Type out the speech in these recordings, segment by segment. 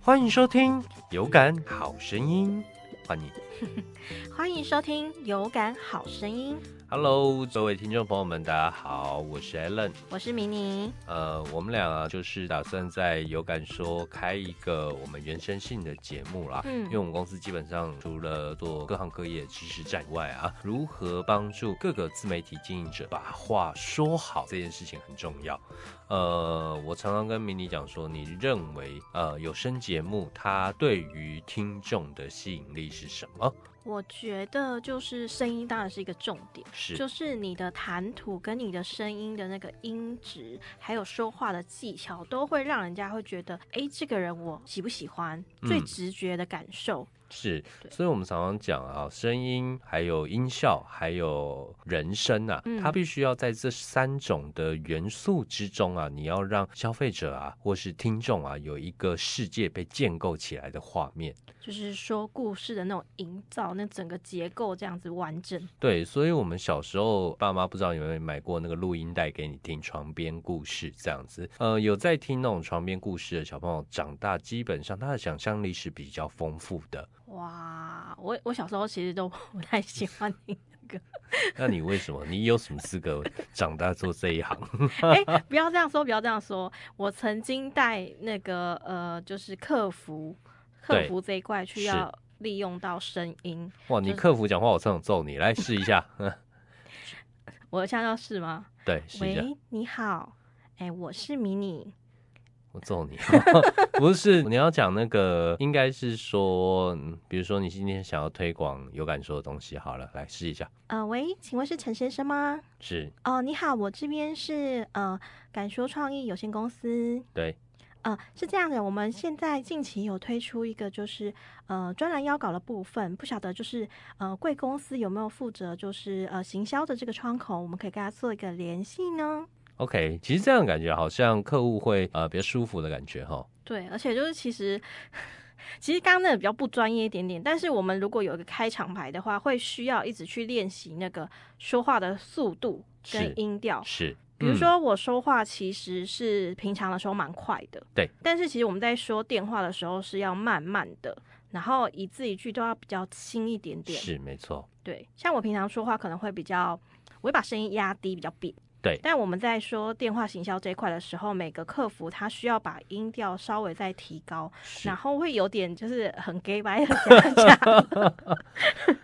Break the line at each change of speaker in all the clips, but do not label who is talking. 欢迎收听《有感好声音》，欢迎。
欢迎收听《有感好声音》，
Hello，各位听众朋友们，大家好，我是 Allen。
我是迷你。
呃，我们俩啊，就是打算在有感说开一个我们原生性的节目啦。
嗯
因为我们公司基本上除了做各行各业知识站以外啊，如何帮助各个自媒体经营者把话说好这件事情很重要。呃，我常常跟迷你讲说，你认为呃有声节目它对于听众的吸引力是什么？
我觉得就是声音当然是一个重点，
是
就是你的谈吐跟你的声音的那个音质，还有说话的技巧，都会让人家会觉得，诶，这个人我喜不喜欢？
嗯
最直觉的感受。
是，
对
所以我们常常讲啊，声音、还有音效、还有人声啊，
嗯
它必须要在这三种的元素之中啊，你要让消费者啊，或是听众啊，有一个世界被建构起来的画面。
就是说故事的那种营造，那整个结构这样子完整。
对，所以我们小时候爸妈不知道有没有买过那个录音带给你听床边故事这样子。呃，有在听那种床边故事的小朋友，长大基本上他的想象力是比较丰富的。
哇，我我小时候其实都不太喜欢听那个，
那你为什么？你有什么资格长大做这一行？
哎、不要这样说，不要这样说。我曾经带那个呃，就是客服，客
对
服这一块去
是
要利用到声音。
哇，你
就是
客服讲话，我真想揍你，来试一下。嗯
我现在要试吗？
对，试一下，
喂，你好，哎、我是迷你。
我揍你。 不是，你要讲那个，应该是说，嗯比如说你今天想要推广有感说的东西，好了，来试一下。
呃，喂，请问是陈先生吗？
是，
哦，你好，我这边是呃，敢说创意有限公司。
对，
呃，是这样的，我们现在近期有推出一个就是呃专栏邀稿的部分，不晓得就是呃贵公司有没有负责就是呃行销的这个窗口，我们可以跟他做一个联系呢？
OK。其实这样感觉好像客户会呃比较舒服的感觉哈。
对，而且就是其实 其实刚刚那个比较不专业一点点，但是我们如果有一个开场白的话，会需要一直去练习那个说话的速度
是
跟音调。
是，
哦比如
嗯
说，我说话其实是平常的时候蛮快的，
对。
但是其实我们在说电话的时候是要慢慢的，然后一字一句都要比较轻一点点。
是没错，
对，像我平常说话可能会比较，我会把声音压低，比较扁。
对
但我们在说电话行销这一块的时候，每个客服他需要把音调稍微再提高，
是
然。后会有点就是很 gay 白 的 讲价。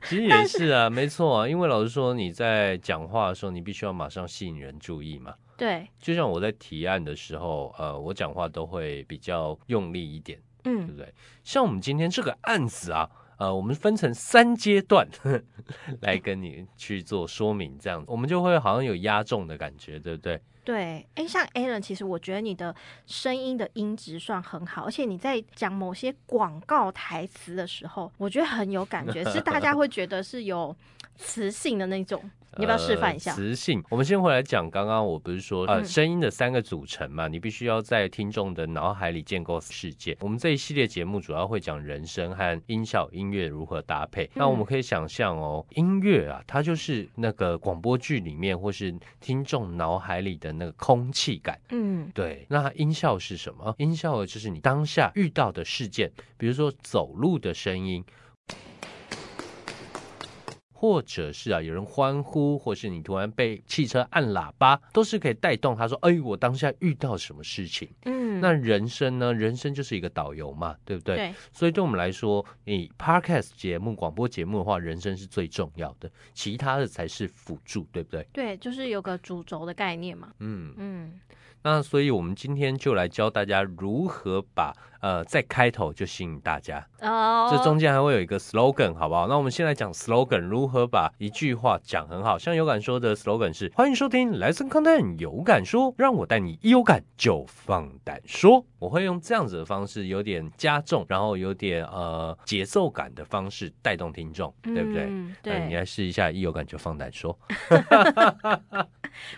其实也是啊，没错啊，因为老实说，你在讲话的时候，你必须要马上吸引人注意嘛。
对，
就像我在提案的时候，呃，我讲话都会比较用力一点。对
嗯，
不对？像我们今天这个案子啊，呃，我们分成三阶段 来跟你去做说明，这样我们就会好像有压中的感觉，对不对？
对。哎，像 Alan，其实我觉得你的声音的音质算很好，而且你在讲某些广告台词的时候，我觉得很有感觉，是大家会觉得是有磁性的那种。 你要不要示范一下
呃？磁性，我们先回来讲，刚刚我不是说呃，
嗯
声音的三个组成嘛，你必须要在听众的脑海里建构世界。我们这一系列节目主要会讲人声和音效、音乐如何搭配。
嗯
那我们可以想象哦，音乐啊，它就是那个广播剧里面或是听众脑海里的那个空气感。
嗯，
对，那音效是什么？音效就是你当下遇到的事件，比如说走路的声音，或者是啊有人欢呼，或是你突然被汽车按喇叭，都是可以带动他说：“哎，我当下遇到什么事情？”
嗯，
那人生呢？人生就是一个导游嘛，对不对？
对
所以对我们来说，你 podcast 节目、广播节目的话，人生是最重要的，其他的才是辅助，对不对？
对，就是有个主轴的概念嘛。
嗯。
嗯，
那所以，我们今天就来教大家如何把呃，在开头就吸引大家。
哦，
这中间还会有一个 slogan，好不好？那我们先来讲 slogan，如何把一句话讲很好。像有感说的 slogan 是：欢迎收听莱森康 n 有感说，让我带你一有感就放胆说。我会用这样子的方式，有点加重，然后有点呃节奏感的方式带动听众，对不对？
嗯、
那你
对，
来试一下，一有感就放胆说。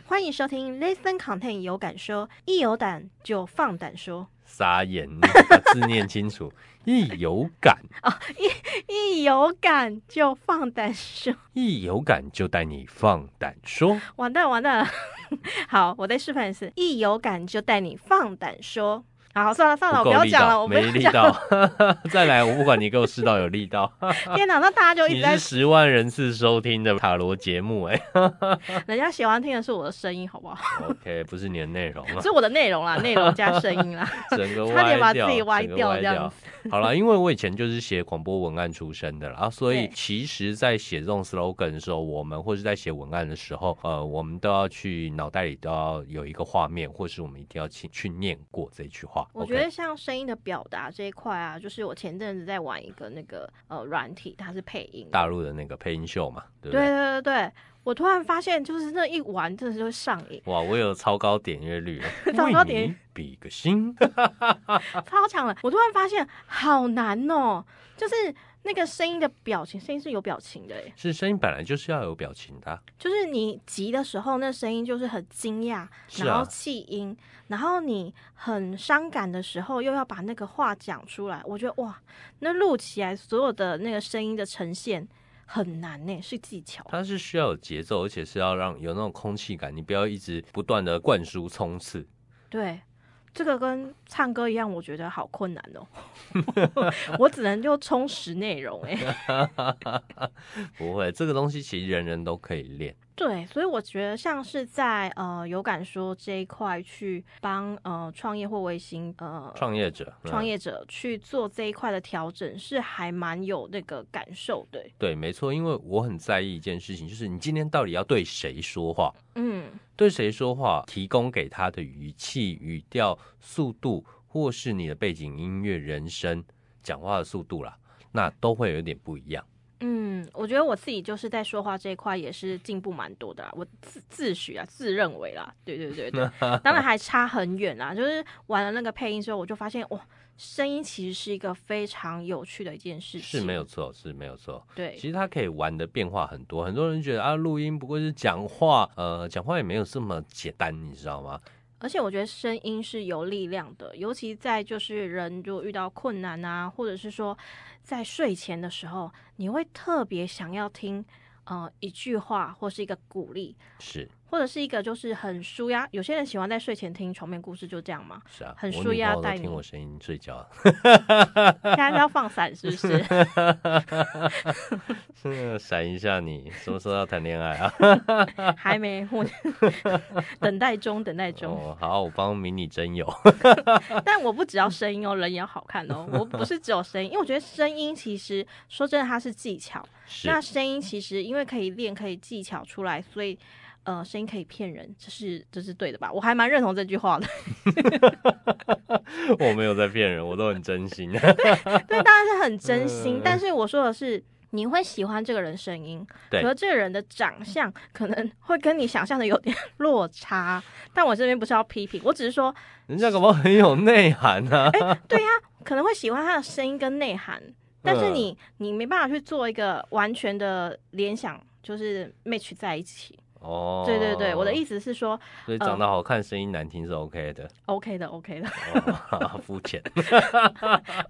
欢迎收听 Listen Content 有感说，一有胆就放胆说，
撒眼，把字念清楚。 一有感
一有感就放胆说。
一有感就带你放胆 说。
完蛋完蛋了，好，我再示范一次，一有感就带你放胆说。好，算了算啊了，我不
够
要
力
讲了，
道，
我不
没
要
力
讲了。
道。 再来，我不管你给我吃到有力 道。
天哪，那大家就一
你
直在
是，十万人次收听的塔罗节目、哎
人家喜欢听的是我的声音，好不好？
，OK，不是你的内容 啊，
是我的内容啦，内容加声音啦。
整个
差点
歪
把
掉，
自己
整
歪
个
掉
歪
这样
掉。好了，因为我以前就是写广播文案出身的啦，啊所以
对
其实，在写这种 slogan 的时候，我们或是在写文案的时候，呃，我们都要去脑袋里都要有一个画面，或是我们一定要去去念过这句话。
我
OK
觉得像声音的表达这一块啊，就是我前阵子在玩一个那个呃软体，它是配音的，
大陆的那个配音秀嘛，对不
对对对对，我突然发现就是那一玩真的是会上瘾，，
哇，我有超高点阅率了
超高
为
点
你比个心。
超强了。我突然发现好难哦，就是那个声音的表情，声音是有表情的耶，
是声音本来就是要有表情的啊、
就是你急的时候，那声音就是很惊讶，
是
然后
啊，
气音，然后你很伤感的时候，又要把那个话讲出来，我觉得哇，那录起来所有的那个声音的呈现很难呢，是技 巧。
它是需要有节奏，而且是要让有那种空气感，你不要一直不断的灌输冲刺。
对，这个跟唱歌一样，我觉得好困难哦。 我只能就充实内容哎、
不会，这个东西其实人人都可以练。
对，所以我觉得像是在呃有感说这一块去帮呃创业或微型呃
创业者，嗯
创业者去做这一块的调整，是还蛮有那个感受的。
对，没错，因为我很在意一件事情，就是你今天到底要对谁说话，
嗯，
对谁说话，提供给他的语气、语调、速度，或是你的背景音乐、人声、讲话的速度啦，那都会有点不一样。
嗯，我觉得我自己就是在说话这一块也是进步蛮多的啦，我自自诩啊，自认为啦，对对 对对，当然还差很远啦。就是玩了那个配音之后，我就发现哇，声音其实是一个非常有趣的一件事情，
是没有错，是没有错。
对
其实它可以玩的变化很多，很多人觉得啊，录音不过是讲话，呃，讲话也没有这么简单，你知道吗？
而且我觉得声音是有力量的，尤其在就是人如果遇到困难啊，或者是说在睡前的时候，你会特别想要听呃一句话或是一个鼓励，
是
或者是一个就是很舒压。有些人喜欢在睡前听床边故事，就这样嘛。
是啊，
很
我
舒
女
压
朋友
带
都听
你
我声音睡 觉啊，
现在是要放闪是不是？
哼嗯闪一下你，什么时候要谈恋爱 啊？
还没，我等待中，等待中。
哦，好，我帮迷你真 友。
但我不只要声音哦，人也要好看哦。我不是只有声音，因为我觉得声音其实说真的，它是技巧。
是
那声音其实因为可以练，可以技巧出来，所以呃，声音可以骗人，这是这是对的吧？我还蛮认同这句话的。
我没有在骗人，我都很真心。
对，当然是很真
嗯
心，但是我说的是。你会喜欢这个人声音，
对
可是这个人的长相可能会跟你想象的有点 落差。但我这边不是要批评，我只是说
人家搞不好很有内涵啊。
哎可能会喜欢他的声音跟内涵，但
嗯
是你你没办法去做一个完全的联想，就是 match 在一起。
哦，
对对对，我的意嗯思是说
所以长得好看，声音难听是 OK 的。
，OK 的 OK 的。
哦 肤浅，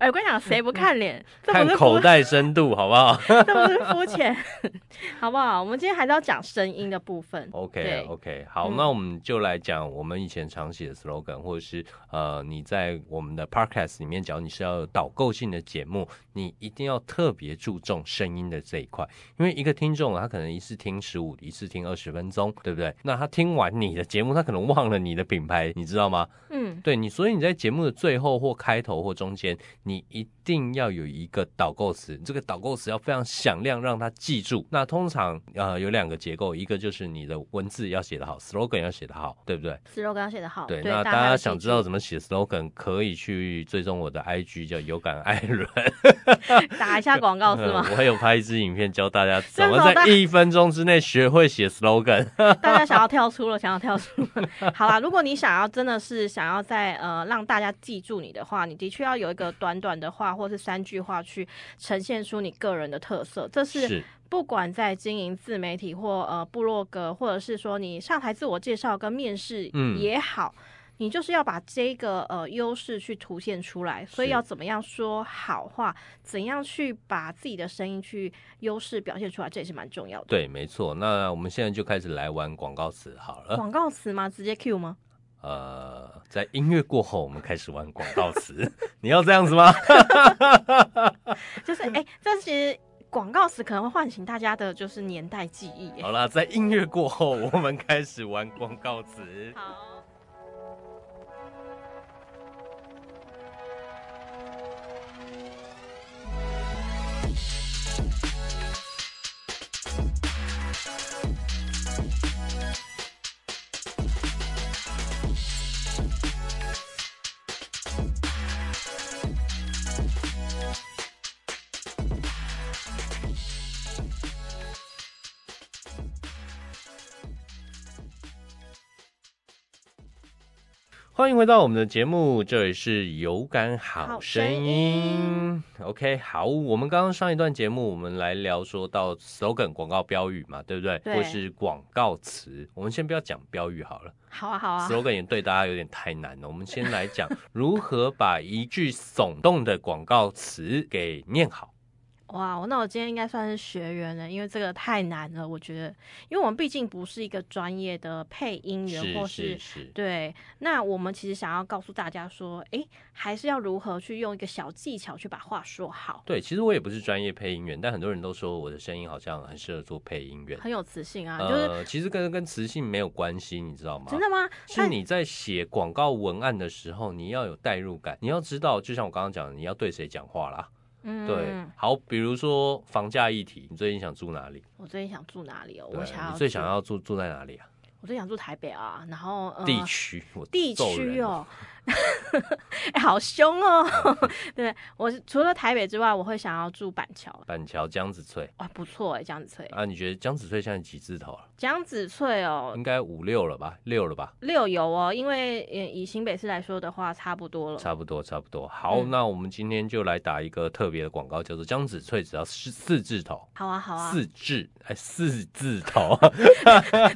哎，我跟你讲，谁不看脸？这
嗯看
不是肤
口，袋深度好不好
这不是肤浅， 好不好？我们今天还是要讲声音的部分。
？OK
对
OK，好，
嗯
那我们就来讲我们以前常写的 slogan，或者是呃，你在我们的 podcast 里面，假如你是要有导购性的节目，你一定要特别注重声音的这一块，因为一个听众啊他可能一次听十五，一次听二十分钟，对不对？那他听完你的节目，他可能忘了你的品牌，你知道吗？
嗯，
对你，所以你在节目的最后或开头或中间，你一定要有一个导购词，这个导购词要非常响亮，让他记住。那通常呃有两个结构，一个就是你的文字要写得好，slogan 要写得好，对不对？
子柔刚刚写的好，
对，
对，
那大
家要
家
记
想知
住
道，怎么写 slogan，可以去追踪我的 IG 叫有感艾伦，
打一下广告哦是 吗？
我有拍一支影片教大家怎么
真的吗
在一分钟之内学会写 slogan。
大家想要跳出了，想要跳出了。好啦，如果你想要真的是想要在呃让大家记住你的话，你的确要有一个短短的话或是三句话去呈现出你个人的特色，这是不管在经营自媒体或呃部落格，或者是说你上台自我介绍跟面试
嗯
也好。你就是要把这个呃优势去凸显出来，所以
是
要怎么样说好话，怎样去把自己的声音去优势表现出来，这也是蛮重要的。
对，没错。那我们现在就开始来玩广告词好了。
广告词吗？直接 Q 吗？
呃，在音乐过后，我们开始玩广告词， 你要这样子吗？
就是哎、这其实广告词可能会唤醒大家的就是年代记忆。哎
好啦，在音乐过后，我们开始玩广告词。
好。
欢迎回到我们的节目，这里是有感好声音。OK，好，我们刚刚上一段节目，我们来聊说到 slogan 广告标语嘛，对不对？
对
或是广告词，我们先不要讲标语好了、
好啊，好啊
s，l o g a n 也对大家有点太难了。我们先来讲如何把一句耸动的广告词给念好。
哇，那我今天应该算是学员了，因为这个太难了，我觉得，因为我们毕竟不是一个专业的配音员，
是
或
是是，
对，那我们其实想要告诉大家说，诶，还是要如何去用一个小技巧去把话说好，
对，其实我也不是专业配音员，但很多人都说我的声音好像很适合做配音员。
很有磁性啊，就是、
呃，其实跟跟磁性没有关系，你知道吗？
真的吗？哎
是你在写广告文案的时候，你要有代入感，你要知道，就像我刚刚讲的，你要对谁讲话啦。
嗯，
对，好，比如说房价议题，你最近想住哪里？
我最近想住哪里哦？
对
我想要
你最想
住，
要住住在哪里啊？
我最想住台北啊，然后、呃、
地区，我
地
揍人
区
了，
哦， 哎好凶哦！ 对我是除了台北之外，我会想要住板桥。
板桥江子翠
哇，不错哎，江子翠，
啊？你觉得江子翠现在几字头了？
江子翠哦，
应该五六了吧？六了吧？
六游哦，因为呃以新北市来说的话，差不多了。
差不多，差不多。好，
嗯
那我们今天就来打一个特别的广告，叫做江子翠，只要四四字头。
好啊，好啊，
四字哎，四字 头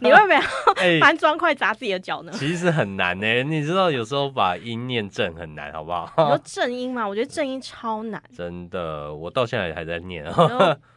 你会 不会
哎，
搬砖块砸自己的 脚呢？
其实很难呢、你知道有时候把音念正很难，好不
你说
好？
正音嘛，我觉得正音超难，
真的，我到现在还在念，
然后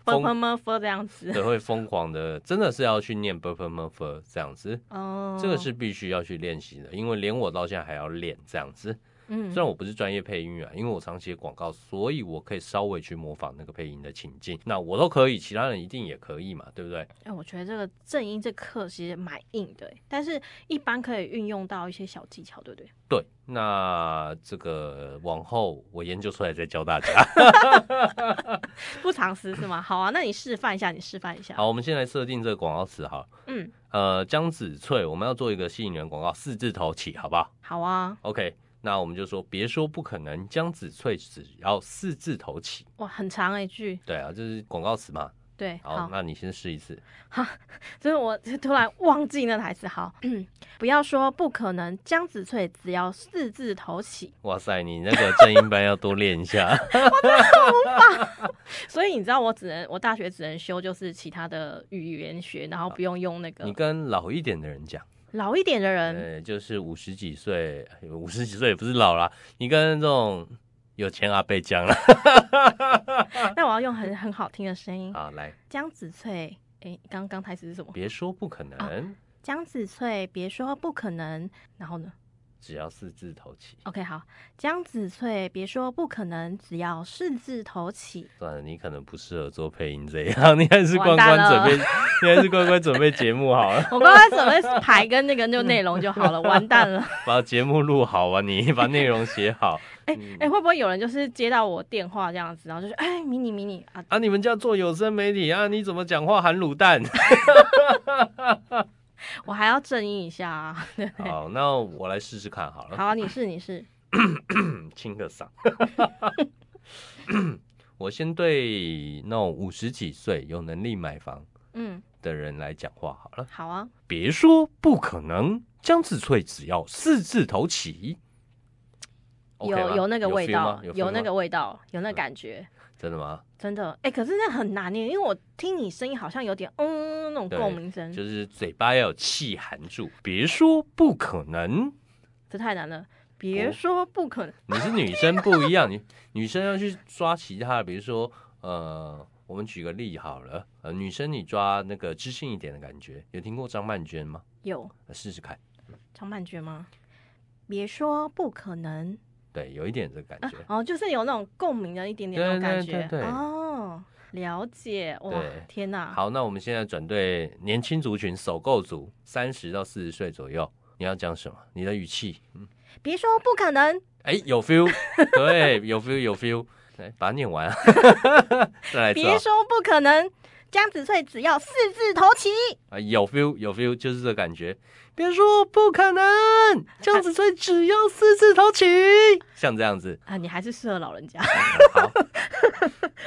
疯
分分分分这样 子。
对，会疯狂的，真的是要去念 b u r p l e m u r p h e 这样子，
哦，
这个是必须要去练习的，因为连我到现在还要练这样子。
嗯
虽然我不是专业配音员，啊因为我常写广告，所以我可以稍微去模仿那个配音的情境，那我都可以，其他人一定也可以嘛，对不对？
哎，我觉得这个正音这课其实蛮硬的，欸但是一般可以运用到一些小技巧，对不 对？
对，那这个往后我研究出来再教大家。
不藏私是吗？好啊，那你示范一下，你示范一下。
好，我们先来设定这个广告词好了。
嗯，
呃，江子翠，我们要做一个吸引人广告，四字头起，好不好
好啊，
？OK，那我们就说，别说不可能，江子翠只要四字头起。
哇，很长一句，
对啊，这是广告词嘛。
对，
好，那你先试一次。
所以我突然忘记那台词。好， 不要说不可能，江子翠只要四字头起。
哇塞，你那个正音班要多练一下。
所以你知道，我只能我大学只能修就是其他的语言学，然后不用用那
你
个
跟老一点的人讲，
老一点的人。
呃，就是五十几岁，哎五十几岁也不是老啦。你跟这种有钱阿贝讲啦。
那我要用很很好听的声音。
好，来，
江子翠，诶，刚刚台词是什么？
别说不可
啊
能，
江子翠，别说不可能。然后呢
只要四字头起。
？OK，好，江子翠，别说不可能，只要四字头起。
算了，你可能不适合做配音这一行，你还是
完
关
蛋
关
了
准备，你还是关关准备节目好了，
我刚才准备排跟那个就内容就好了，完蛋了。
把节目录好啊，你把内容写好。
哎、
嗯
哎、会不会有人就是接到我电话这样子，然后就是哎、迷你迷你啊，
啊，你们家做有声媒体啊，你怎么讲话含卤蛋？
我还要正音一下啊。
好，那我来试试看好了，
好啊，你是你是，
嗯清个嗓。 我先对那种五十几岁有能力买房
嗯，
的人来讲话好了，
好啊，
别说不可能，江子翠只要四字头起。
有
OK 吗
有那个味
feel
道
吗，
有
feel 吗嗯
那个味道，有那感觉，
真的吗？
真的。哎、可是那很难耶，因为我听你声音好像有点嗯那种
对
共鸣声，
就是嘴巴要有气含住，别说不可能。
这太难了。别
哦
说不可能，
你是女生不一样， 你女生要去抓其他的，比如说呃，我们举个例好了，呃，女生你抓那个知性一点的感觉，有听过张曼娟吗？
有
呃试试看，
张曼娟吗？别说不可能，
对，有一点这个感
啊
觉。
哦，就是有那种共鸣的一点点那种
对
感
对
觉
对对
哦，了解哇
对，
天哪，
好，那我们现在转对年轻族群，首购族，三十到四十岁左右，你要讲什么？你的语气，
别说不可能，
哎，有 feel，对，有 feel，有 feel，来把它念完啊，再来一次
别
啊
说不可能，江子翠只要四字头起，
啊，有 feel，有 feel，就是这感觉。别说不可能，这样子所以只要四字头起，像这样子，嗯
啊，你还是适合老人 家。
好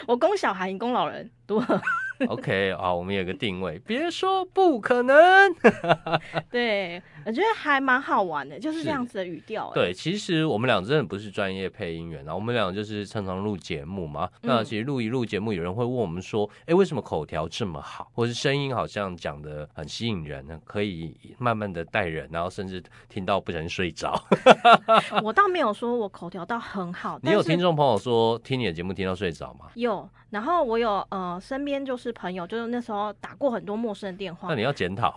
我供小孩，你供老人，多好
，OK，好，我们有个定位，别说不可能。
对，我觉得还蛮好玩的，就是
是
这样子的语调。哎，
对，其实我们俩真的不是专业配音员啊，我们俩就是常常录节目嘛。那
嗯
其实录一录节目，有人会问我们说，哎，为什么口条这么好，或是声音好像讲的很吸引人，可以慢慢的带人，然后甚至听到不小心睡 着。
我倒没有说我口条倒很好，
你有
但是
听众朋友说听你的节目听到睡着吗？
有，然后我有呃，身边就是朋友，就是那时候打过很多陌生的电话
那，你要检讨。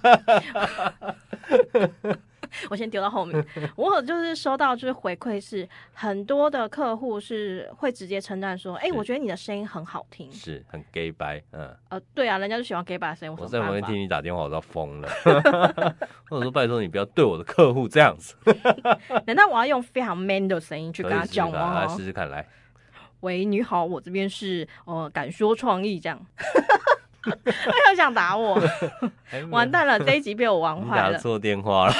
我先丢到后 面。我有就是收到就是回馈是很多的客户是会直接称赞说，哎、
是
我觉得你的声音很好听。
是很 gay 白，嗯，
呃，对啊，人家就喜欢 gay 把声音，
我
我
在
什
旁
么办
边
法
听你打电话，我都要疯了。 我说拜托你不要对我的客户这样子，
难道我要用非常 man 的声音去
可
跟
以啊
他
试试
讲哦
看，来
吗？
试试看，来，
喂，你好，我这边是呃敢说创意 这样，他又想打我，
哎
完，蛋了，这一集被我玩
你
坏
打
了，
错电话了。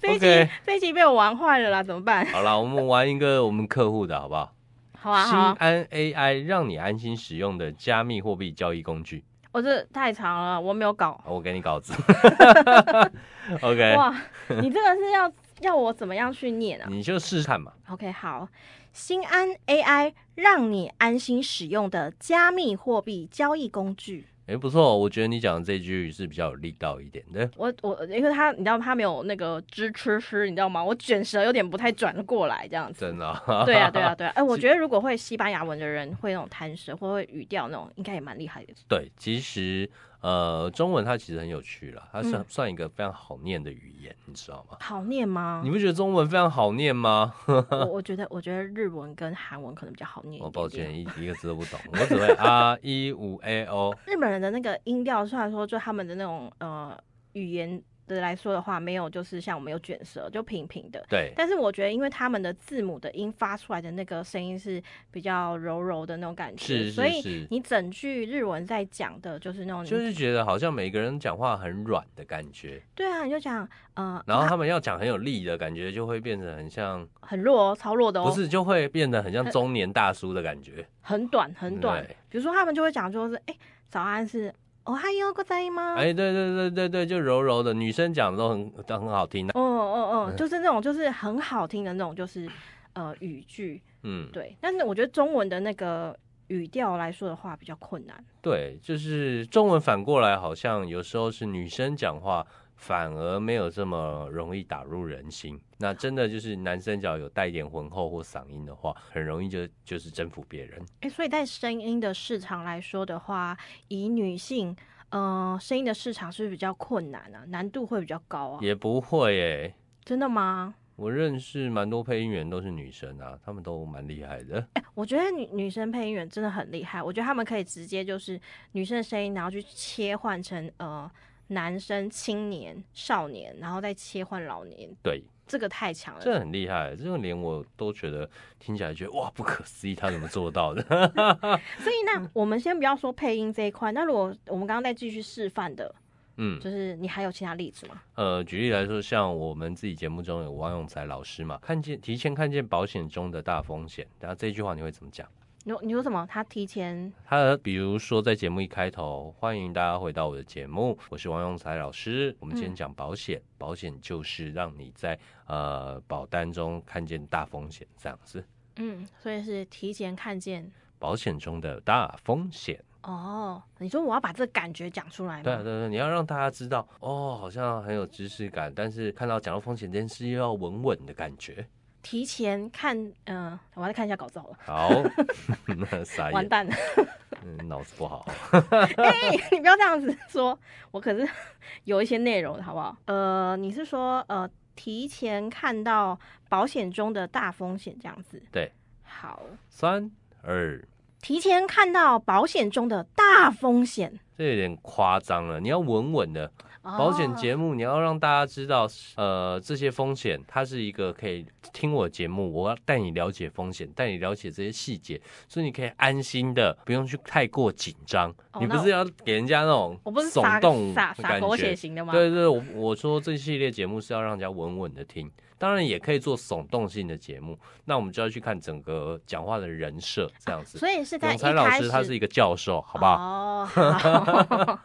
这一集
OK
这一集被我玩坏了啦，怎么办？
好了，我们玩一个我们客户的好不好？
好啊
心
好啊，
安 AI 让你安心使用的加密货币交易工具，
我这太长了，我没有搞。
我给你稿子。OK，
哇，你这个是要要我怎么样去念啊
你就试试看嘛。
？OK，好，新安 AI 让你安心使用的加密货币交易工具。
哎，不错，我觉得你讲的这句是比较有力道一点的。
我我因为他你知道他没有那个支吃吃，你知道吗？我卷舌有点不太转得过来这样子。
真的啊，
对啊，对啊，对啊！哎、我觉得如果会西班牙文的人，会那种弹舌或会语调那种，应该也蛮厉害的。
对，其实呃，中文它其实很有趣了，它算
嗯
算一个非常好念的语言，你知道吗？
好念吗
你？不觉得中文非常好念吗？
我我觉得，我觉得日文跟韩文可能比较好念一点
哦
点。
我抱歉，一一个字都不懂，我只会 R E 五 A O。
日本人的那个音调，虽然说就他们的那种呃语言的来说的话，没有就是像我们有卷舌，就平平的。
对，
但是我觉得，因为他们的字母的音发出来的那个声音是比较柔柔的那种感觉，
是
所
是
以
是，
你整句日文在讲的就是那种，
就是觉得好像每个人讲话很软的感 觉，
对啊，你就讲呃，
然后
啊
他们要讲很有力的感觉，就会变成很像，
很弱哦，超弱的哦，呃
不是就会变得很像中年大叔的感觉。
很短很短
对。
比如说他们就会讲就是，哎、早安是哦嗨哟ございます，
哎，对对对对对，就柔柔的，女生讲的都很都很好听的。
哦哦哦，就是那种就是很好听的那种就是呃语句。
嗯，
对，但是我觉得中文的那个语调来说的话比较困难。
对，就是中文反过来，好像有时候是女生讲话反而没有这么容易打入人心。那真的就是男生只要有带一点浑厚或嗓音的话，很容易就就是征服别人。
哎，所以在声音的市场来说的话，以女性，呃，声音的市场是不是比较困难啊？难度会比较高啊？
也不会诶、
真的吗？
我认识蛮多配音员都是女生啊，她们都蛮厉害的。
我觉得女女生配音员真的很厉害，我觉得他们可以直接就是女生的声音，然后去切换成呃男生、青年、少年，然后再切换老年，
对，
这个太强了。
这很厉害，这个连我都觉得听起来觉得哇不可思议，她怎么做到的？
所以那
嗯
我们先不要说配音这一块，那如果我们刚刚再继续示范的，
嗯，
就是你还有其他例子吗？
呃，举例来说，像我们自己节目中有王永才老师嘛，看见提前看见保险中的大风险，然后这句话你会怎么讲？
你说你说什么？他提前
他比如说在节目一开头，欢迎大家回到我的节目，我是王永才老师。我们今天讲保险，保险就是让你在呃保单中看见大风险这样子，
嗯，所以是提前看见
保险中的大风险。
哦。你说我要把这个感觉讲出来吗？
对啊对对，你要让大家知道哦，好像很有知识感，但是看到讲到风险这件事又要稳稳的感觉。
提呃 前看，嗯、我来看一下稿子好了。
好，傻
完
眼。
蛋了，
嗯脑子不好，
哎、你不要这样子说，我可是有一些内容的好不好？呃，你是说呃提前看到保险中的大风险这样子？
对，
好，
三二。
提前看到保险中的大风险。
这有点夸张了，你要稳稳的。哦保
哦
险节目，你要让大家知道，呃，这些风险，它是一个可以听我节目，我要带你了解风险，带你了解这些细节，所以你可以安心的，不用去太过紧张。
哦
你不
那
是要给人家那种
我不是撒
耸动
撒
的
撒
感
狗血
觉？
型的吗？
对对，我我说这系列节目是要让人家稳稳的听，当然也可以做耸动性的节目。那我们就要去看整个讲话的人设这样子。
啊所以是在
永
一
才老
开始，
师他是一个教授，好不好？
哦，好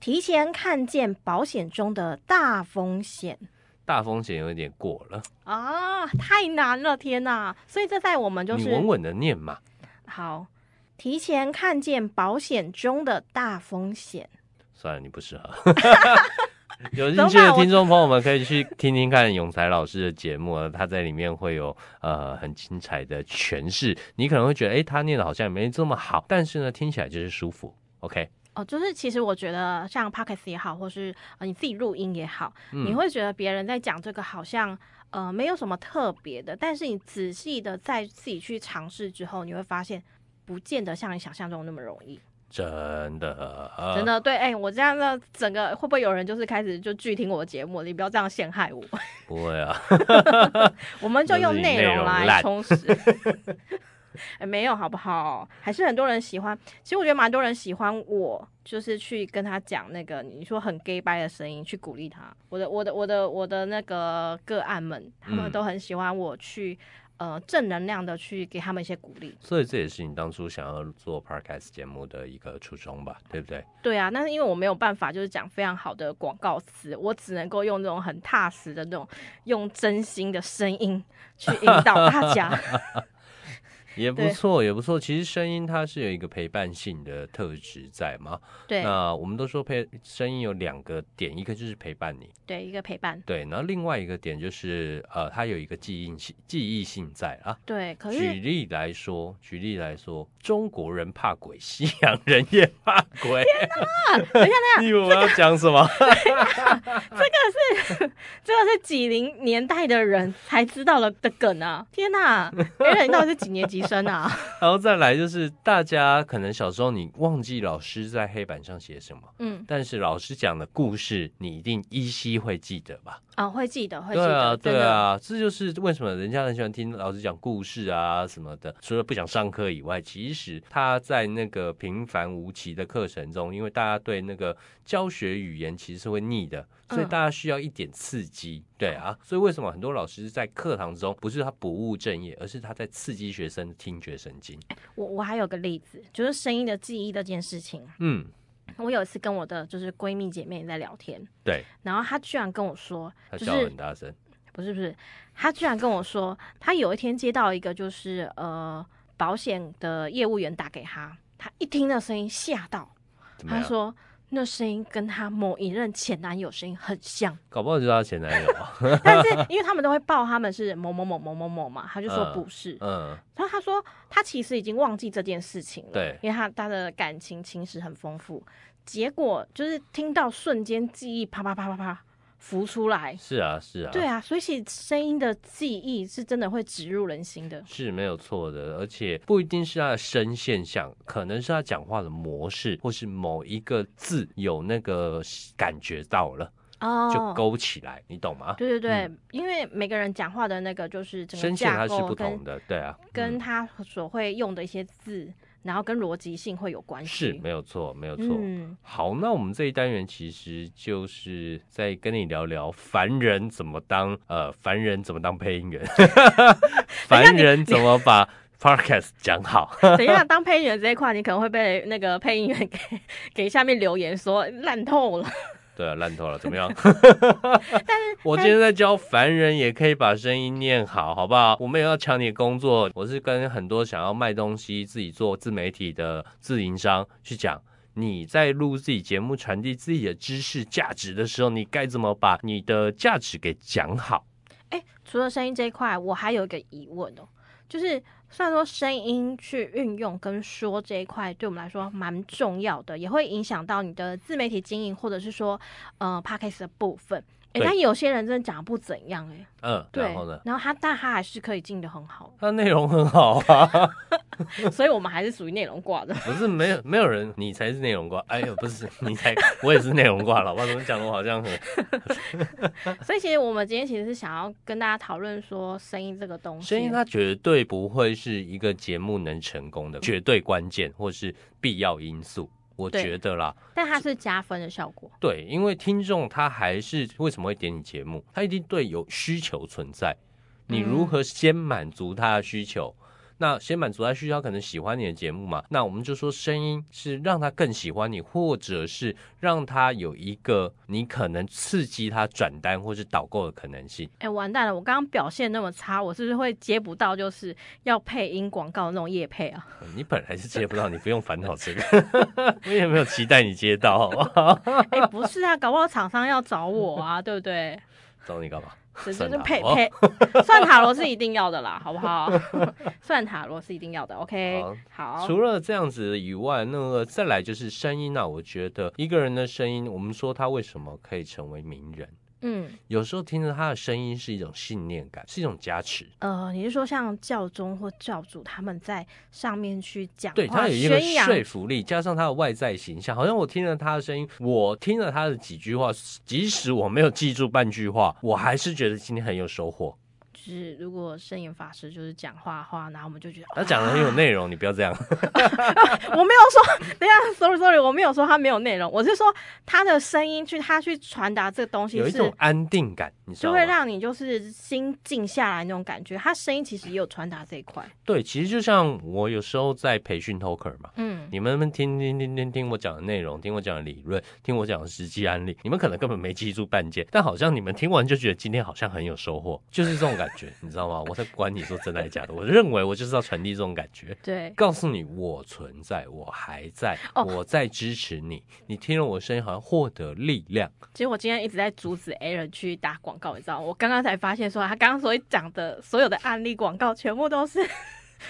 提前看见保险中的大风险
大风险有一点过了，
啊，太难了，天哪！所以这在我们就
你
是
稳稳的念嘛。
好，提前看见保险中的大风险。
算了，你不适 合。有兴趣的听众朋友们可以去听听看永才老师的节目啊，他在里面会有呃很精彩的诠释。你可能会觉得，哎、他念的好像没这么好，但是呢，听起来就是舒服。OK，
哦，就是其实我觉得像 Pockets 也好，或是呃你自己录音也好，
嗯
你会觉得别人在讲这个好像呃没有什么特别的，但是你仔细的在自己去尝试之后，你会发现不见得像你想象中那么容易。
真的，呃
真，的对，哎、我这样的整个会不会有人就是开始就拒听我的节目？你不要这样陷害我，
不会啊，
我们就用内容来充实。 哎，没有好不好？还是很多人喜欢。其实我觉得蛮多人喜欢我，就是去跟他讲那个你说很 gay 掰的声音，去鼓励他。我的我的我的我的那个个案们，他们
嗯
都很喜欢我去呃正能量的去给他们一些鼓励。
所以这也是你当初想要做 podcast 节目的一个初衷吧，对不对？
对啊，那是因为我没有办法就是讲非常好的广告词，我只能够用这种很踏实的那种用真心的声音去引导大 家。
也不
对
错，也不错。其实声音它是有一个陪伴性的特质在嘛。
对
那我们都说陪声音有两个点，一个就是陪伴你，
对，一个陪伴。
对，然后另外一个点就是，呃，它有一个记忆性记忆性在啊。
对，可
举
是
例来说，举例来说，中国人怕鬼，西洋人也怕鬼。
等一下，
你以为我要讲什么？
这个是几零年代的人才知道了的梗啊！天哪、别人你到底是几年级生啊？
然后再来就是，大家可能小时候你忘记老师在黑板上写什么，
嗯，
但是老师讲的故事你一定依稀会记得吧？
啊、会记得，会记
对啊，
得，真
对
的。
啊，这就是为什么人家很喜欢听老师讲故事啊什么的。除了不想上课以外，其实他在那个平凡无奇的课程中，因为大家对那个教学语言其实是会腻的，所以
嗯
大家需要一点刺激。对啊，所以为什么很多老师在课堂中不是他不务正业，而是他在刺激学生的听觉神经？
我我还有个例子，就是声音的记忆这件事情。
嗯，
我有一次跟我的就是闺蜜姐妹在聊天，
对，
然后她居然跟我说，
他
就
叫得
是
很大声。
不是不是，她居然跟我说，她有一天接到一个就是呃保险的业务员打给她，她一听那声音吓到，
怎么
她
样？
说那声音跟她某一任前男友声音很像。
搞不好就是他前男友啊。
但是因为他们都会报他们是某某某某某某嘛，他就说
嗯
不是。
嗯，
然后他说他其实已经忘记这件事情了，
对
因为他他的感情情史很丰富。结果就是听到瞬间记忆啪啪啪啪啪浮出来，
是啊，是啊。
对啊，所以其实声音的记忆是真的会植入人心的。
是没有错的，而且不一定是他的声现象，可能是他讲话的模式，或是某一个字有那个感觉到了，
哦
就勾起来，你懂吗？
对对对，因为每个人讲话的那个就是整个
声线
架
它是
构
不
跟
同的，对啊，
跟
嗯
他所会用的一些字，然后跟逻辑性会有关系。
是没有错，没有错。
嗯，
好，那我们这一单元其实就是在跟你聊聊凡人怎么当呃凡人怎么当配音员，
哎
凡人怎么把 podcast 讲好。
等一下，当配音员这一块，你可能会被那个配音员给 给下面留言说烂透了。
对啊，烂透了，怎么样？ 我今天在教凡人也可以把声音念好，好不好？我们也要抢你的工作。我是跟很多想要卖东西、自己做自媒体的自营商去讲。你在录自己节目、传递自己的知识价值的时候，你该怎么把你的价值给讲好？
哎、除了声音这一块，我还有一个疑问哦，就是虽然说声音去运用跟说这一块对我们来说蛮重要的，也会影响到你的自媒体经营，或者是说呃 p a c k a g e 的部分。哎、
对
但有些人真的讲得不怎样哎、
嗯，
对，
然后呢？，
然后他但他还是可以进的很好
它内容很好啊，
所以我们还是属于内容挂的。
不是没有没有人，你才是内容挂。哎呦，不是你才，我也是内容挂，老爸怎么讲的？我好像很
所以其实我们今天其实是想要跟大家讨论说声音这个东西，啊
声音，它绝对不会是一个节目能成功的绝对关键或是必要因素。我
对
觉得啦，
但它是加分的效果。
对，因为听众他还是为什么会点你节目，他一定对有需求存在。你如
嗯
何先满足他的需求？那先满足他需求，他可能喜欢你的节目嘛？那我们就说声音是让他更喜欢你，或者是让他有一个你可能刺激他转单或是导购的可能性。
哎、完蛋了！我刚刚表现那么差，我是不是会接不到就是要配音广告那种夜配啊？
呃你本来是接不到，你不用烦恼这个。 我也没有期待你接到，好 不好？
哎、不是啊，搞不好厂商要找我啊， 对不对？
找你干嘛？
只是
算
就
塔
配
罗
配算塔罗是一定要的啦，好 不好？算塔罗是一定要的，OK 好。
除了这样子以外，那个再来就是声音啊。我觉得一个人的声音，我们说他为什么可以成为名人，
嗯
有时候听着他的声音是一种信念感，是一种加持。
呃，你是说像教宗或教主他们在上面去讲
对
话
他有一个
宣扬
说服力，加上他的外在形象，好像我听了他的声音，我听了他的几句话，即使我没有记住半句话，我还是觉得今天很有收获。
就是如果圣严法师就是讲话的话，然后我们就觉得
他讲的很有内容，你不要这样。
我没有说，等一下，sorry sorry，我没有说他没有内容，我是说他的声音去他去传达这个东西
有一
是
种。安定感，你知
就
道
会
吗？
让你就是心静下来那种感觉，他声音其实也有传达这一块。
对，其实就像我有时候在培训 talker 嘛，
嗯，
你们听听听听听我讲的内容，听我讲的理论，听我讲的实际案例，你们可能根本没记住半件，但好像你们听完就觉得今天好像很有收获，就是这种感觉，你知道吗？我在管你说真的还是假的，我认为我就是要传递这种感觉。
对，
告诉你，我存在，我还在，
哦
我在支持你。你听了我声音，好像获得力量。
其实我今天一直在阻止 Aaron 去打广告，你知道吗？我刚刚才发现说，他刚刚所讲的所有的案例广告，全部都是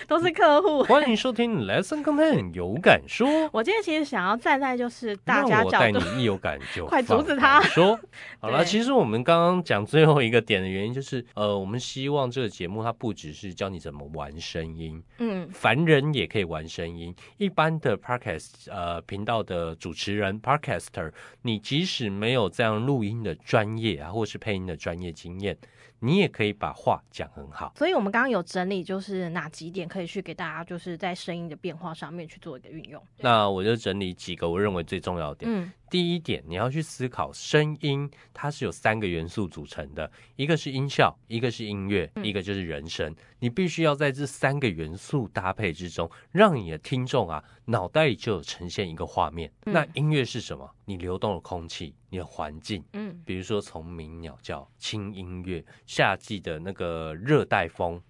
都是客户。
欢迎收听《Lesson Content》，有感说。
我今天其实想要站在就是大
让
家
我
角
带
度
你，一有 感就
快阻
放
止
胆
他
说好了，
对
其实我们刚刚讲最后一个点的原因就是，呃，我们希望这个节目它不只是教你怎么玩声音，
嗯，
凡人也可以玩声音。一般的 podcast 呃频道的主持人 podcaster，你即使没有这样录音的专业啊，或是配音的专业经验，你也可以把话讲很好。
所以我们刚刚有整理，就是哪几点可以去给大家，就是在声音的变化上面去做一个运用。
那我就整理几个我认为最重要的点。
嗯
第一点，你要去思考声音，它是有三个元素组成的，一个是音效，一个是音乐，一个就是人声。你必须要在这三个元素搭配之中，让你的听众啊脑袋里就有呈现一个画面。
嗯
那音乐是什么？你流动的空气，你的环境。
嗯，
比如说，虫鸣鸟叫、轻音乐、夏季的那个热带风，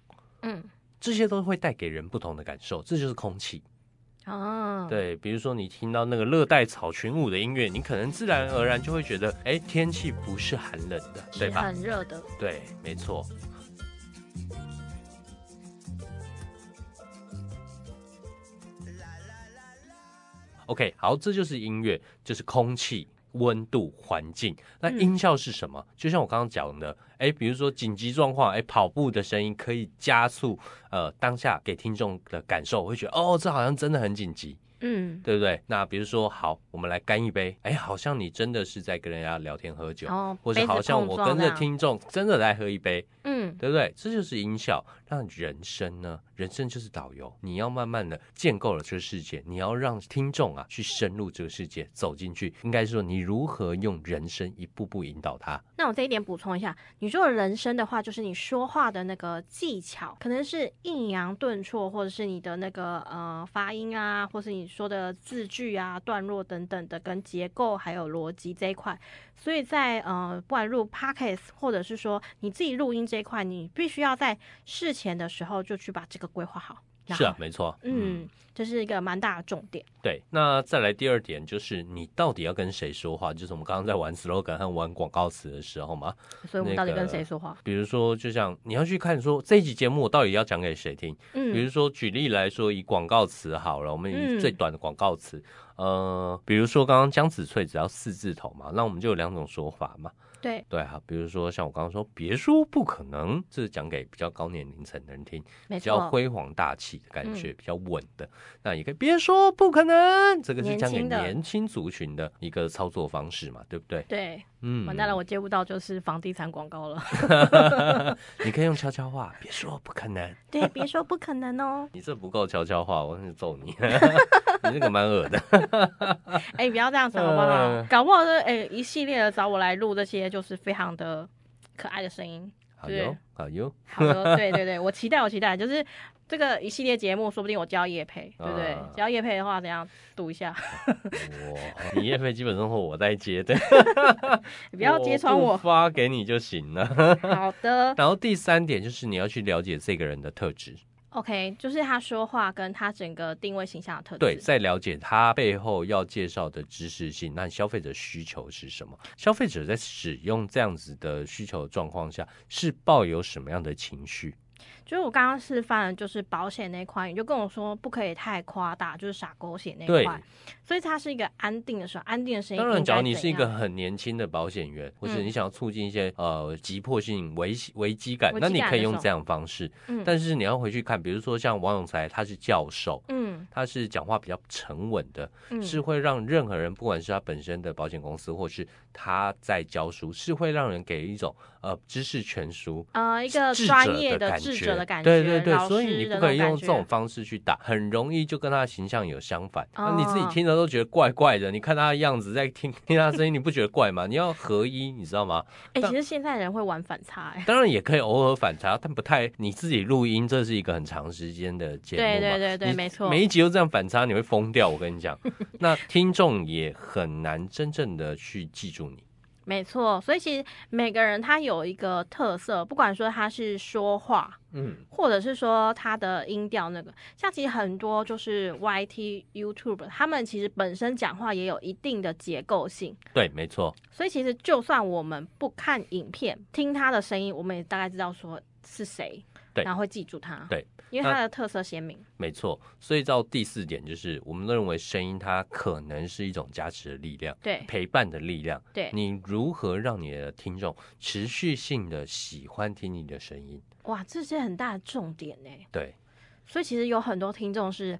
嗯，
这些都会带给人不同的感受。这就是空气。
哦，，
对，比如说你听到那个热带草裙舞的音乐，你可能自然而然就会觉得，哎，天气不是寒冷的，对
是
吧？
很热的。
对，没错。OK，好，这就是音乐，就是空气、温度、环境。那
嗯
音效是什么？就像我刚刚讲的，哎，比如说紧急状况，哎，跑步的声音可以加速，呃，当下给听众的感受，我会觉得哦，这好像真的很紧急。
嗯，
对不对？那比如说，好，我们来干一杯，哎，好像你真的是在跟人家聊天喝酒，
哦
或者
杯子
好像
碰
我
撞
跟
这
着
样
听众真的来喝一杯，
嗯，
对不对？这就是音效。那人生呢？人生就是导游，你要慢慢的建构了这个世界，你要让听众啊去深入这个世界，走进去。应该说，你如何用人生一步步引导他。
那我这一点补充一下，你说的人声的话，就是你说话的那个技巧，可能是抑扬顿挫，或者是你的那个呃发音啊，或是你说的字句啊、段落等等的，跟结构还有逻辑这一块。所以在呃，不管录 podcast 或者是说你自己录音这一块，你必须要在事前的时候就去把这个规划好。然
是啊
后，
没错，
嗯，这是一个蛮大的重点。
对，那再来第二点就是你到底要跟谁说话，就是我们刚刚在玩 slogan 和玩广告词的时候嘛。
所以我们
那
到底跟
个
谁说话？
比如说，就像你要去看说这一集节目我到底要讲给谁听。比
嗯
如说，举例来说，以广告词好了，我们以
嗯
最短的广告词，呃，比如说刚刚江子翠只要四字头嘛，那我们就有两种说法嘛。
对，
对啊，比如说像我刚刚说，别说不可能，这是讲给比较高年龄层的人听，
没
比较
错，嗯
辉煌大气的感觉，比较稳的。那也可以别说不可能，这个是
年
讲给
轻的
年轻族群的一个操作方式嘛，对不对？
对，
嗯，
完蛋了，我接不到就是房地产 广告了。
你可以用悄悄话，别说不可能，
对，别说不可能哦。
你这不够悄悄话，我想揍你， 你这个蛮恶 的。
哎、不要这样子 好不好
嗯？
搞不好这哎、一系列的找我来录这些，就是非常的可爱的声音。
好哟，好哟，
好的，对对对，我期待，我期待，就是这个一系列节目，说不定我教叶配，对不对
啊？
教叶配的话，怎样读一下？
哇，你业费基本生活我在接的，
你不要揭穿 我
不。发给你就行了。
好的
然后第三点就是你要去了解这个人的特质，
，OK，就是他说话跟他整个定位形象的特质。
对，再了解他背后要介绍的知识性，那消费者需求是什么？消费者在使用这样子的需求状况下，是抱有什么样的情绪？
就是我刚刚示范的就是保险那一块，你就跟我说不可以太夸大，就是傻狗血那一
对
块。所以它是一个安定的时候，安定的声音。
当然，假如你是一个很年轻的保险员，或者
嗯
你想要促进一些呃急迫性危危机感
危，机
那你
感
可以
的
用
时候
这样的方式。
嗯
但是你要回去看，比如说像王永才，他是教授。
嗯
他是讲话比较沉稳的，
嗯
是会让任何人，不管是他本身的保险公司，或是他在教书，是会让人给一种呃知识全书。
呃一个
智
专
者
业
的
的
感
智
觉
者的感觉，
对对对，
老
所以
师
你
的
不
那
可以用
感
这
觉
种方式去打，很容易就跟他的形象有相反。那、你自己
哦
听着都觉得怪怪的，你看他的样子，在听 听他的声音，你不觉得怪吗？你要合一，你知道吗？
哎、
但
其实现在人会玩反差、哎，
当然也可以偶尔反差，但不太你自己录音，这是一个很长时间的节目嘛。
对对对对，
你
没错，
每一集都这样反差，你会疯掉。我跟你讲，那听众也很难真正的去记住你。
没错。所以其实每个人他有一个特色，不管说他是说话，
嗯，
或者是说他的音调那个，像其实很多就是 YT、YouTube，他们其实本身讲话也有一定的结构性。
对，没错，
所以其实就算我们不看影片，听他的声音，我们也大概知道说是谁，
对
然后会记住他，
对，
因为他的特色鲜明。
没错。所以到第四点就是，我们认为声音它可能是一种加持的力量，
对
陪伴的力量。
对，
你如何让你的听众持续性的喜欢听你的声音？
哇，这是很大的重点呢。
对，
所以其实有很多听众是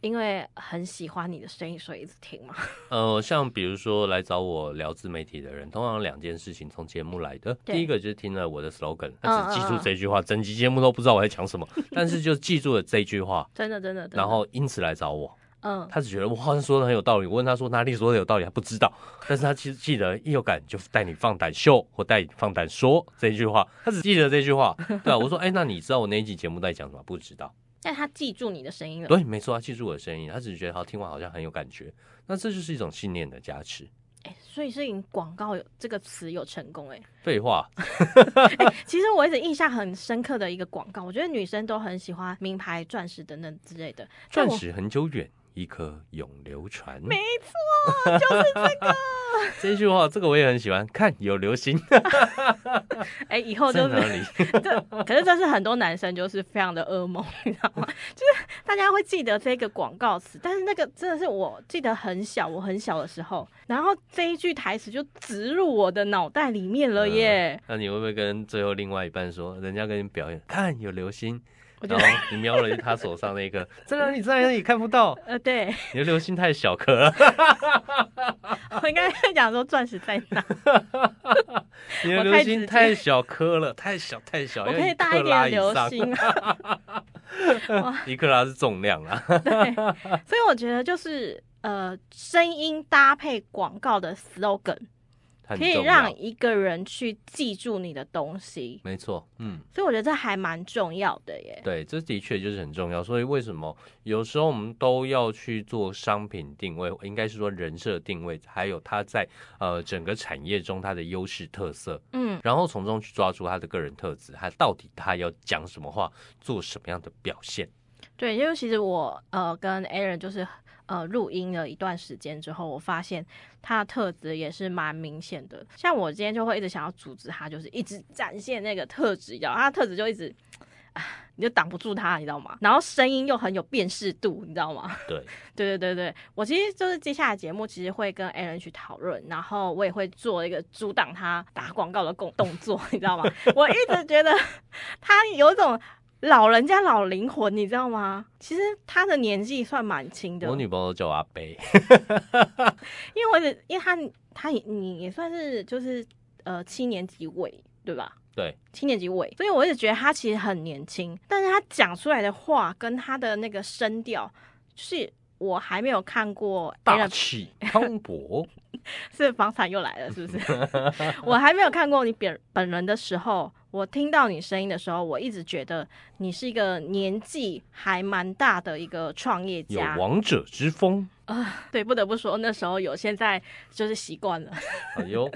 因为很喜欢你的声音，所以一直听嘛。
呃，像比如说来找我聊自媒体的人，通常两件事情从节目来的。
对
第一个就是听了我的 slogan，
嗯
他只记
嗯
住
嗯
这句话，整集节目都不知道我在讲什么，但是就记住了这句话，
真的，真的，真的。
然，后因此来找我。
嗯，
他只觉得我好像说的很有道理，我问他说哪里说的有道理，他不知道，但是他其实记得一有感就带你放胆秀或带你放胆说这句话，他只记得这句话。对啊，我说哎、那你知道我那一集节目在讲什么？不知道。
但他记住你的声音了。
对，没错，他记住我的声音，他只是觉得好听完好像很有感觉。那这就是一种信念的加持。
哎，所以是你广告有这个词有成功哎。
废话，
其实我一直印象很深刻的一个广告，我觉得女生都很喜欢名牌、钻石等等之类的。
钻
但我
石恒久远，一颗永流传。
没
这句话，这个我也很喜欢。看有流星
哎、以后
在
就
哪
是
里？
这，可是这是很多男生就是非常的噩梦， 你知道吗？就是大家会记得这个广告词，但是那个真的是我记得很小，我很小的时候，然后这一句台词就植入我的脑袋里面
嗯
了耶。
呃那你会不会跟最后另外一半说，人家跟你表演，看有流星，
我觉
然
得
后你瞄了他手上那一 颗，在哪里在哪里看不到，
呃，对
你的流星太小颗 了，哦
我应该会讲说钻石在哪，
你的
我
流
太直
星
接
太小颗了，太小太小，
我
要
可以大
哦克
一点
拉
的
以
流
上，
星。
一克拉是重量 啊，
对， 所以我觉得就是呃，声音搭配广告的 slogan
很
可以
重
让
要，
一个人去记住你的东西，
没错，嗯。
所以我觉得这还蛮重要的耶。
对，这的确就是很重要，所以为什么有时候我们都要去做商品定位，应该是说人设定位，还有它在呃整个产业中它的优势特色，
嗯，
然后从中去抓住他的个人特质，他到底他要讲什么话，做什么样的表现。
对，因为其实我呃跟 Aaron 就是呃录音了一段时间之后，我发现他的特质也是蛮明显的。像我今天就会一直想要阻止他，就是一直展现那个特质，然后他的特质就一直。唉你就挡不住他，你知道吗？然后声音又很有辨识度，你知道吗？
对，
对对对对，我其实就是接下来节目其实会跟 Aaron 去讨论，然后我也会做一个阻挡他打广告的动动作，你知道吗？我一直觉得他有一种老人家老灵魂，你知道吗？其实他的年纪算蛮轻的，
我女朋友叫我阿贝，
因为我也因为他他也你也算是就是呃七年级尾对吧？
对，
七年级尾，所以我一直觉得他其实很年轻，但是他讲出来的话跟他的那个声调，就是我还没有看过 a
大气磅礴，
是房产又来了，是不 是？我还没有看过你本本人的时候，我听到你声音的时候，我一直觉得你是一个年纪还蛮大的一个创业
有啊
家。
王者之风。
对，不得不说那时候有，现在就是习惯了。
哎呦，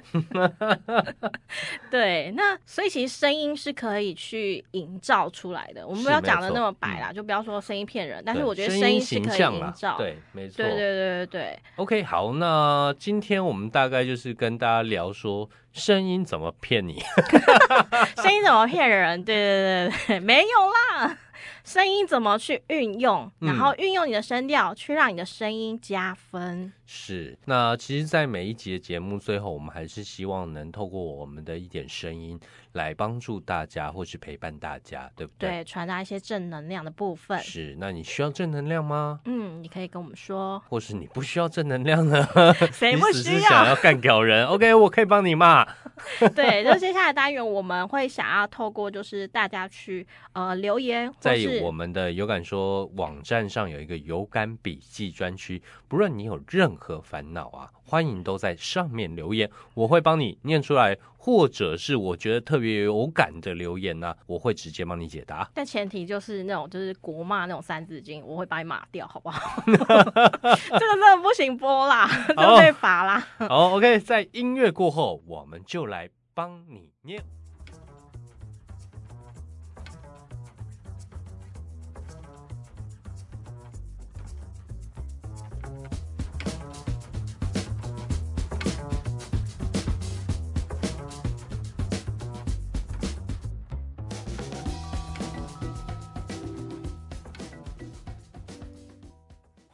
对，那所以其实声音是可以去营造出来的。我们
是
不要
没
讲的
错嗯
那么白啦，就不要说声音骗人，但是
对
我觉得
声
声音是
形
可以
象啦
营造。
对，没错，
对对对对对
OK，好，那今天我们大概就是跟大家聊说声音怎么骗你。
对，声音怎么骗人？对对对 对，没有啦。声音怎么去运用，
嗯
然后运用你的声调去让你的声音加分。
是，那其实，在每一集的节目最后，我们还是希望能透过我们的一点声音来帮助大家，或是陪伴大家，对不对？
对，传达一些正能量的部分。
是，那你需要正能量吗？，
嗯，你可以跟我们说
或是你不需要正能量呢？
谁
你
不
只
需
是想要干掉人？OK，我可以帮你骂。
对，就接下来单元我们会想要透过就是大家去呃留言，或
在
是
我们的有感说网站上有一个有感笔记专区，不论你有任何烦恼啊，欢迎都在上面留言，我会帮你念出来，或者是我觉得特别有感的留言呢、我会直接帮你解 答。
但前提就是那种就是国骂那种三字经，我会把你骂掉，好不好？ 这个真的不行播啦，
哦
真的被罚啦。
好，OK，在音乐过后，我们就来帮你念。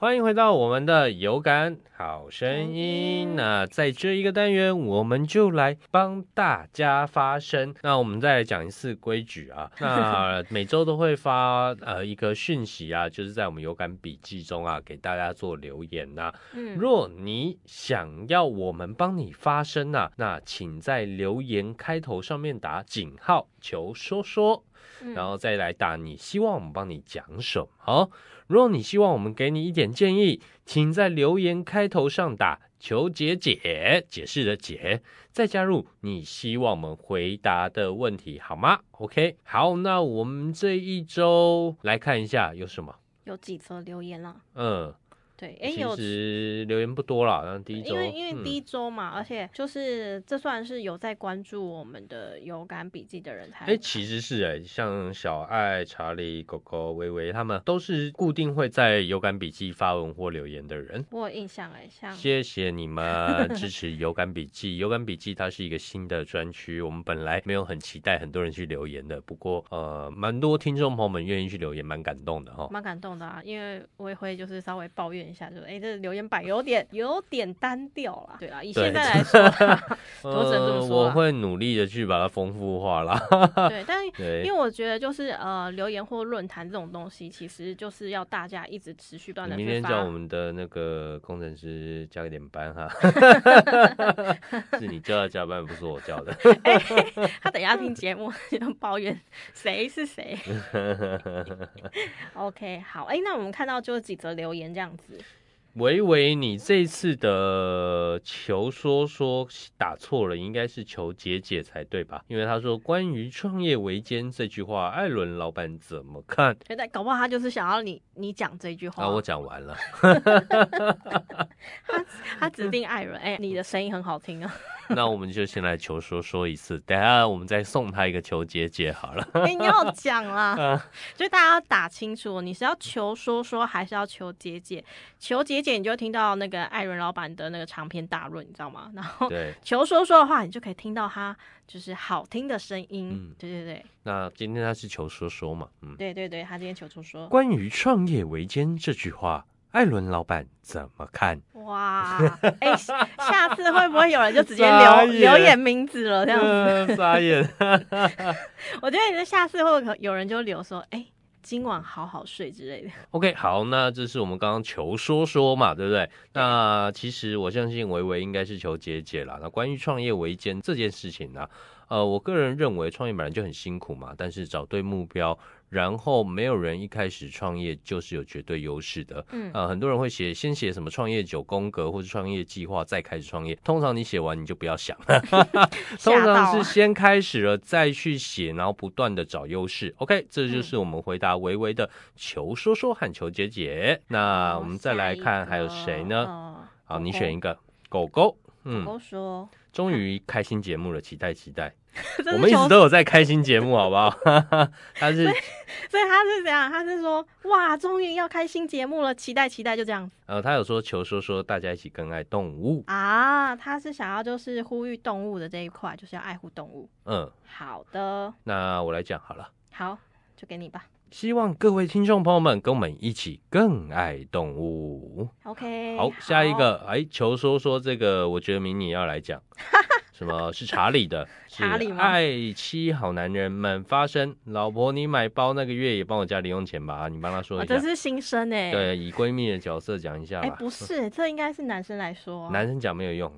欢迎回到我们的有感好声音。那在这一个单元，我们就来帮大家发声。那我们再来讲一次规矩 啊，那每周都会发呃一个讯息啊，就是在我们有感笔记中啊，给大家做留言呐、
嗯，
若你想要我们帮你发声呐、那请在留言开头上面打井号求说说。
嗯
然后再来打你希望我们帮你讲什么。如果你希望我们给你一点建议，请在留言开头上打“求解解”，解释的解，再加入你希望我们回答的问题，好吗？OK，好，那我们这一周来看一下有什么。
有几则留言啦。
嗯，
对，哎、有
其。实留言不多啦，那第一周，嗯
因为因为第
一、
一周嘛，而且就是这算是有在关注我们的有感笔记的人才
哎、其实是哎、像小爱、查理、狗狗、微微他们都是固定会在有感笔记发文或留言的人。
我有印象哎、像
谢谢你们支持有感笔记。有感笔记它是一个新的专区，我们本来没有很期待很多人去留言的，不过呃，蛮多听众朋友们愿意去留言，蛮感动的哈。
蛮感动的啊，因为我也会就是稍微抱怨一下，就是哎、这留言板有点有点单调啦。对啦，以
对
现在来说啦，我只能这
呃，
么说
我
啦
会努力的去把它丰富化啦。
对，但因
对
为，我觉得就是呃，留言或论坛这种东西，其实就是要大家一直持续不断
你
的
明
去
天叫我
发。
们的那个工程师加一点 班哈，是你叫他加班，不是我叫的。
他等一下
嗯
听节目就抱怨谁是谁。OK，好，哎、那我们看到就是几则留言这样子。
维维，你这次的求说说打错了，应该是求解解才对吧？因为他说关于创业维艰这句话，艾伦老板怎么看？
觉得搞不好他就是想要你你讲这句话，
啊，我讲完了，
他指定艾伦，哎、你的声音很好听啊，
那我们就先来求说说一次，等一下我们再送他一个求解解好了。
哎、你要讲
啊
啦，就大家要打清楚哦，你是要求说说，还是要求解解？求解解，你就听到那个艾伦老板的那个长篇大论，你知道吗？然后
对，
求说说的话，你就可以听到他就是好听的声音。
嗯
对对对
那今天他是求说说嘛，嗯。
对对对，他今天求说说，
关于创业维艰这句话，艾伦老板怎么看？
哇，哎、下下次会不会有人就直接
傻
留
眼
留言名字了？这样子，
呃傻眼。
我觉得下次会不会有人就留说，哎、今晚好好睡之类的。
OK，好，那这是我们刚刚求说说嘛，对不对？那其实我相信维维应该是求解解啦。那关于创业维艰这件事情呢、呃，我个人认为创业本来就很辛苦嘛，但是找对目标，然后没有人一开始创业就是有绝对优势的。
嗯
呃，很多人会写先写什么创业九宫格或是创业计划，再开始创业。通常你写完你就不要想，通
吓到
常是
啊
先开始了再去写，然后不断的找优势。OK，这
嗯
就是我们回答维维的求说说和求解解。那啊
好
我们再来看还有谁呢？？
下一个
好，你选一个狗狗。
哦嗯狗狗
嗯，
狗说，
终于开新节目了，期待期待。
这
我
是
们一
求
直都有在开新节目，好不好？ 他是
所以他是怎样？他是说，哇，终于要开新节目了，期待期待，就这样
呃，他有说求说说大家一起更爱动物。
啊。他是想要就是呼吁动物的这一块，就是要爱护动物。
嗯，
好的，
那我来讲好了。
好，就给你吧。
希望各位听众朋友们跟我们一起更爱动物。
OK，
好，下一个，哎，求说说这个，我觉得明你要来 讲，什么是查理的？是
查理吗
爱妻好男人们发声，老婆你买包那个月也帮我加零用钱吧，啊你帮他
好，
说
我
一下。
哦这是新生哎、，
对，以闺蜜的角色讲一下
哎、啊
吧。
不是，这应该是男生来说。
男生讲没有用，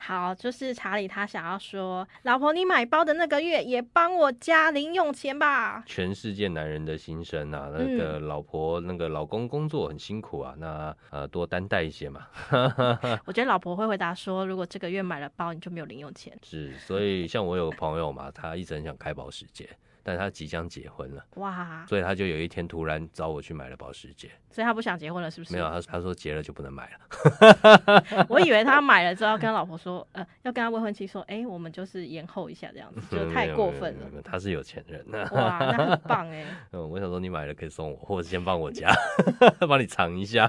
好，就是查理他想要说，老婆，你买包的那个月也帮我加零用钱吧。
全世界男人的心声啊，那
嗯
个老婆、那个老公工作很辛苦啊，那呃多担待一些嘛。嗯
我觉得老婆会回答说，如果这个月买了包，你就没有零用钱。
是，所以像我有个朋友嘛， 他一直很想开保时捷，但他即将结婚了，
哇，
所以他就有一天突然找我去买了保时捷。
所以他不想结婚了，是不是？
没有，啊他他说结了就不能买了。
我以为他买了之后要跟老婆说，呃，要跟他未婚妻说，哎、我们就是延后一下这样子，就
嗯没
太
有
过
没有
分
没有
了哦
没。有他是有钱人呐、
哇，那很棒哎、
嗯，我想说你买了可以送我，或者先放我家，帮你尝一下。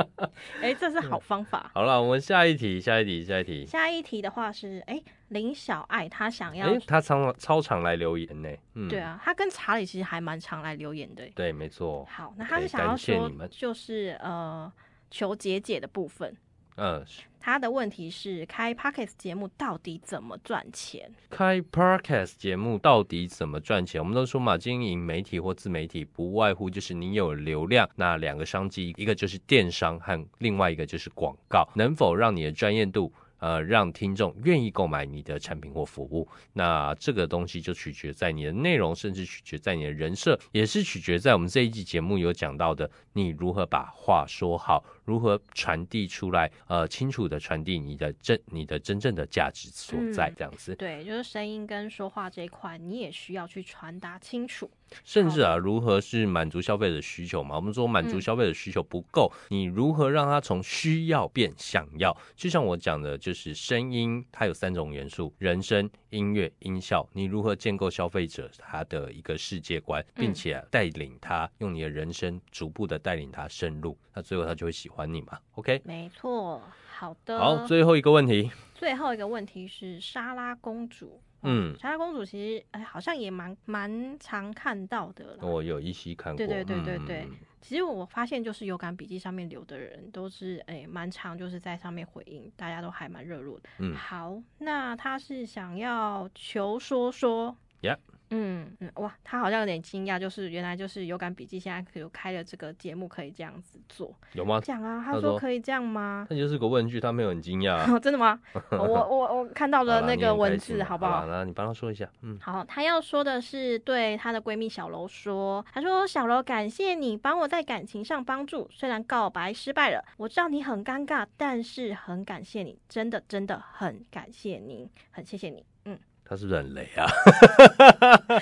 哎、这是
嗯
好方法。
好了，我们下一题，下一题，下一题。
下一题的话是，哎、林小爱她想要，
哎、他常超常来留言呢、嗯，
对，啊，她跟查理其实还蛮常来留言的、哎
对，没错。
好，那她是
OK，
想要
感谢
说
你们，
就是呃，求解解的部分。
嗯，
她的问题是开 podcast 节目到底怎么赚钱？
开 podcast 节目到底怎么赚钱？我们都说嘛，经营媒体或自媒体不外乎就是你有流量，那两个商机，一个就是电商和另外一个就是广告，能否让你的专业度？呃，让听众愿意购买你的产品或服务，那这个东西就取决在你的内容，甚至取决在你的人设，也是取决在我们这一季节目有讲到的，你如何把话说好，如何传递出来，呃，清楚的传递你的真你的真正的价值所在，
嗯
这样子。
对，就是声音跟说话这一块，你也需要去传达清楚。
甚至啊，如何是满足消费者需求嘛？我们说满足
嗯
消费者需求不够，你如何让他从需要变想要？就像我讲的，就是声音它有三种元素：人声、音乐、音效。你如何建构消费者他的一个世界观，
嗯
并且啊带领他用你的人生逐步的带领他深入，那最后他就会喜欢你嘛？OK，
没错，好的。
好，最后一个问题，
最后一个问题是莎拉公主。
嗯
莎拉公主其实哎、好像也蛮蛮常看到的啦。
我有依稀看过，
对对对对
嗯
对其实我发现，就是有感笔记上面留的人都是哎蛮、常就是在上面回应，大家都还蛮热络的。
嗯
好，那他是想要求说说。
Yeah
嗯嗯，哇，他好像有点惊讶，就是原来就是有感笔记现在有开了这个节目，可以这样子做。
有吗？
讲啊，
他
他说
说
可以这样吗？
那就是个问句，他没有很惊讶啊、
哦，真 的吗？哦我我我看到
好啦
了那
你很
个
开
文
心
字，
啊
好不
啦
好？
那你帮他说一下，嗯。
好，她要说的是对她的闺蜜小楼说，她说小楼感谢你帮我在感情上帮助，虽然告白失败了，我知道你很尴尬，但是很感谢你，真的真的很感谢你，很谢谢你。嗯，
他是不是很雷啊？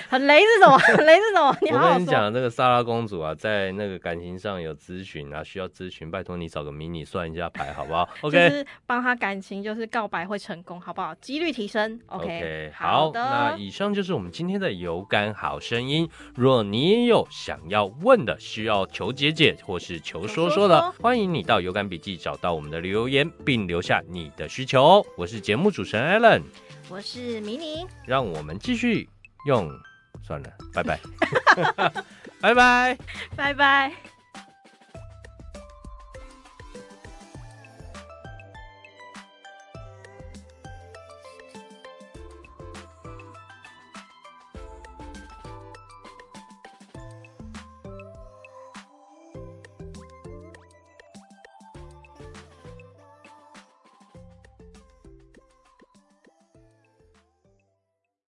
很雷是什么？ 很雷是什么？ 你好
我
好
跟你
说。
讲，那个莎拉公主啊，在那个感情上有咨询啊，需要咨询，拜托你找个迷你算一下牌好不 好
就
？OK，
是帮他感情，就是告白会成功，好不好？几率提升。OK，,
好，
的。
那以上就是我们今天的有感好声音。若你也有想要问的，需要求姐姐或是求说说的，
求说
欢迎你到有感笔记找到我们的留言，并留下你的需求哦。我是节目主持人 Allen，
我是迷你，
让我们继 续用，算了，拜拜，拜拜。
拜拜。